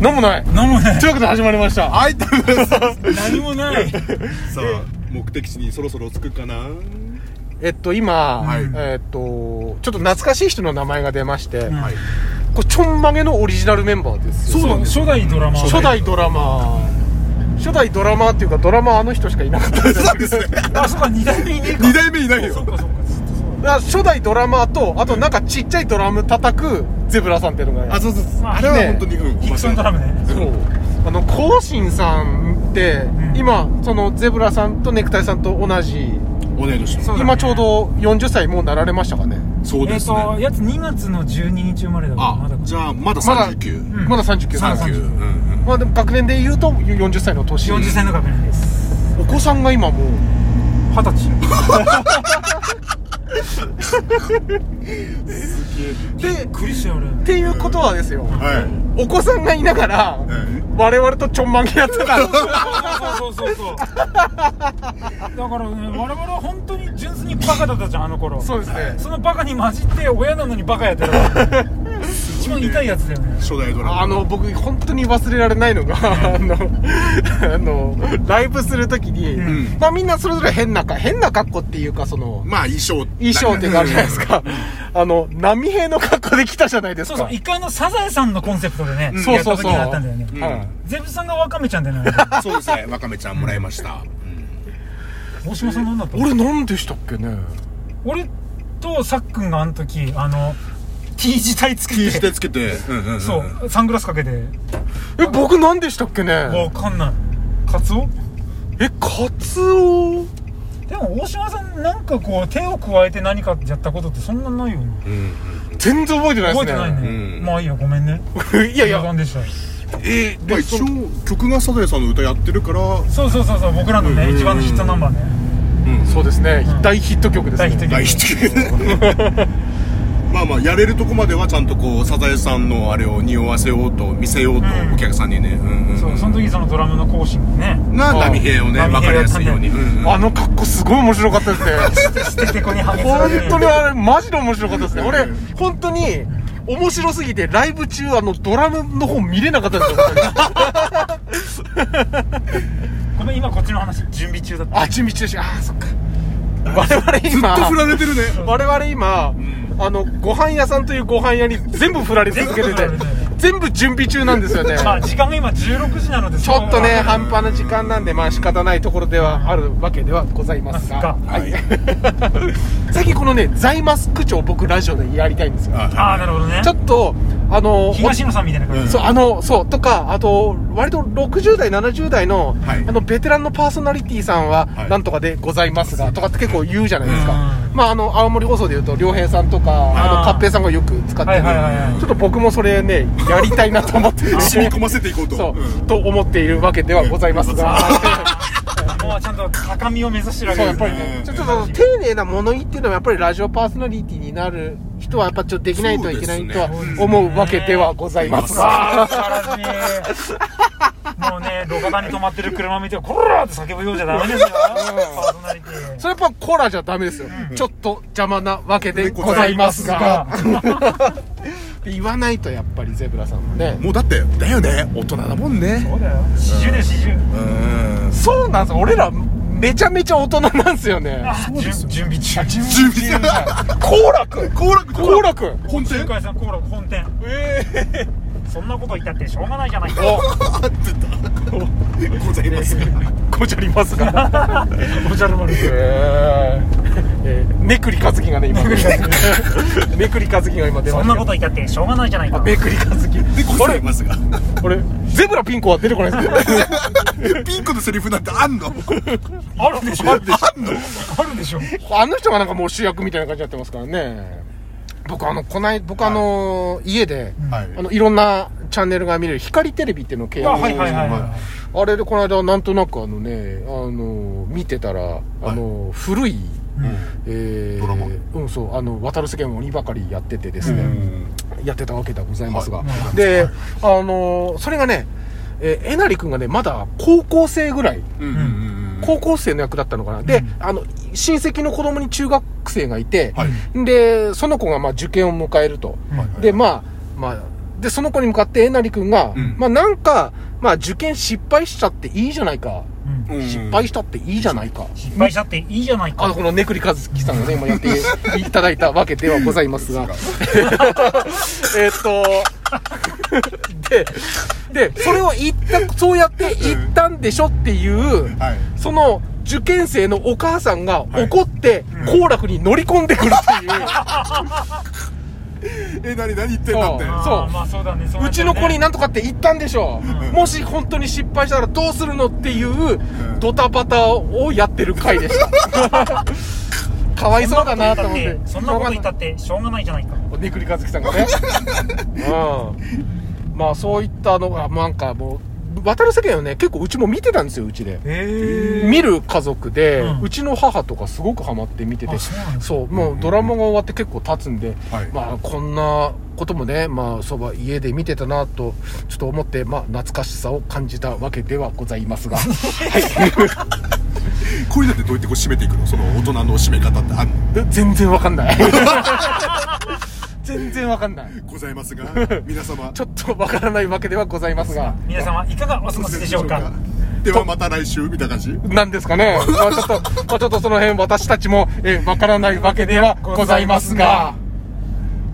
何もない何もないというわけで始まりましたはいということでさ何もないあ目的地にそろそろ着くかなえっと今、はいえっとちょっと懐かしい人の名前が出まして、んはいこれちょんまげのオリジナルメンバーですよそうなんです初代ドラマ初代ドラマー初代ドラマーっていうかドラマーあの人しかいなかったですそうですねあそうか2代目いねえか2代目いないそようかそうかずっとそうだあ初代ドラマーとあとなんかちっちゃいドラム叩くゼブラさんっていうのがあそうそうそうまああれは本当にうんヒクソンドラムねそうあのコシンさんって、ん今そのゼブラさんとネクタイさんと同じ、お願いしますそうだね今ちょうど40歳もうなられましたかねそうえでっすねとやつ2月の12日生まれだからまあだかじゃあまだまだ39うんまだ39歳まだ39うんうんまあでも学年で言うと40歳の年40歳の学年ですお子さんが今もう二十歳でクリスよ俺っていうことはですよ、はお子さんがいながら、いはい我々とちょんまげやってたんですよそうそうそうそうそうだからね我々は本当に純粋にバカだったじゃんあの頃そうですねそのバカに混じって親なのにバカやってる一番痛いやつだよね初代ドラマあの僕本当に忘れられないのがあの あのライブするときに、んまあみんなそれぞれ変なか変な格好っていうかそのまあ衣装衣装っていうかあるじゃないですか あの波平の格好で来たじゃないですそかうそう一回のサザエさんのコンセプトでねそうそうそうやった時があったんだよねうんはいゼブさんがワカメちゃんでねそうですねわかめちゃんもらいました大島さんなんだった俺なんでしたっけね俺とさっくんがあの時あの T 字体作って手つけてうんうんんそうサングラスかけてえ僕なんでしたっけわねかんないカツオえカツオでも大島さんなんかこう手を加えて何かやったことってそんなないよねうん全然覚えてないです覚ねえてないね、うんまあいいよごめんね いやい冗や談でしたえまあ一応曲がサザエさんの歌やってるからそうそうそうそう僕らのね、一番のヒットナンバーねそうですね、大ヒット曲ですね大ヒット曲大ヒット まあまあやれるとこまではちゃんとこうサザエさんのあれを匂わせようと見せようとうんお客さんにね、うんうんそうその時そのドラムの講師がねなあ波平をね波分かり平ややったすんいだよように、うんうんあの格好すごい面白かったですね 捨ててこにハゲ本当にねあれマジで面白かったですね俺本当に面白すぎてライブ中あのドラムの方見れなかったですよ本当に ごめん今こっちの話準備中だったあちみちでしあーそっか我々今ずっと振られてるね我々今、あのご飯屋さんというご飯屋に全部振られ続けてて全部振られて全部準備中なんです よねまあ時間が今16時なのでちょっとねは半端な時間なんでまあ仕方ないところではあるわけではございますが、まはい、 最近このねザイマスク長僕ラジオでやりたいんですよああなるほどねちょっとあの東野さんみたいな感じ、うんそうあのそうとかあと割と60代70代の,、はいあのベテランのパーソナリティさんははいなんとかでございますが、とかって結構言うじゃないですか、うまああの青森放送で言うと良平さんとかああーの勝平さんがよく使ってはる、いはいはいはいちょっと僕もそれねやりたいなと思って 染み込ませていこうとそう、んと思っているわけではございますが、もうちゃんと高みを目指してる わそけうでやっすぱりねね、ちょっとその丁寧な物言いっていうのはやっぱりラジオパーソナリティになる人はやっぱちょっとできないといけないとは思うわけではございますが。わあ素晴らしいもうね路肩に止まってる車見て「こら!」って叫ぶようじゃダメですよパーソナリティそれやっぱコラじゃダメですよ、ちょっと邪魔なわけでございますが 言わないとやっぱりゼブラさんもねもうだってだよね大人だもんねそうだよ四十で四十うんそうなんです俺らめちゃめちゃ大人なんですよね準備中準準備中好楽好楽好楽本中店華屋さんコーラ本店ええそんなこと言ったってしょうがないじゃないかあってたございますこじゃりますがおじゃる丸えーえーめくりかずきがね今めくりかずきが今出まそしんたなこと言ったってしょうがないじゃないかめくりかずきでございますがこれゼブラピンコは出てこないですけどピンクのセリフなんてあんのあるでしょあるでしょあるでしょあの人がなんかもう主役みたいな感じになってますからね。僕あの、こない、僕あの、家で、はいあの、いろんなチャンネルが見れる光テレビっていうのを契あ約はいはいはいははあれでこの間なんとなくあのね、あの、見てたら、あの、古い、えードラマうん、そう、あの、渡る世間は鬼ばかりやっててですね、やってたわけではございますが、はで、あの、それがね、えーえなりくんがね、まだ高校生ぐらい、うんうんうん高校生の役だったのかな、であの親戚の子供に中学生がいて、はいでその子がまあ受験を迎えると、はいでまあまあで、その子に向かってえなりくんが、うんまあなんか、まあ受験失敗しちゃっていいじゃないか。うんうん失敗したっていいじゃないか。失敗しちゃっていいじゃないあの、かこのネクリカズキさんがね、今やっていただいたわけではございますが。えっと、で、で、それを言った、そうやって言ったんでしょっていう、はいその受験生のお母さんがい怒って、行楽に乗り込んでくるっていう。え何何言ってんだってああそうーまあそうだね そううちの子になんとかって言ったんでしょうんもし本当に失敗したらどうするのっていうドタバタをやってる回でした。かわいそうだなと思って。そんなこと言ったってそんなこと言ったってしょうがないじゃないかねくりかずきさんがね。うん。まあそういったのが、なんかもう、渡る世間をね、結構うちも見てたんですよ、うちで。へ見る家族で、うんうちの母とかすごくハマって見ててあそうなんだそうもうドラマが終わって結構経つんで、はいまあこんなこともねまあそば家で見てたなとちょっと思ってまあ懐かしさを感じたわけではございますがはいこれだってどうやってこう締めていくのその大人の締め方ってあんのえ全然わかんない全然わかんないございま すが皆様ちょっとわからないわけではございますが皆様いかがお過ごしでしょうかではまた来週みたいな感じなんですかね、まあ、ちょっと、まあ、ちょっとその辺私たちも、えーわからないわけではございますが。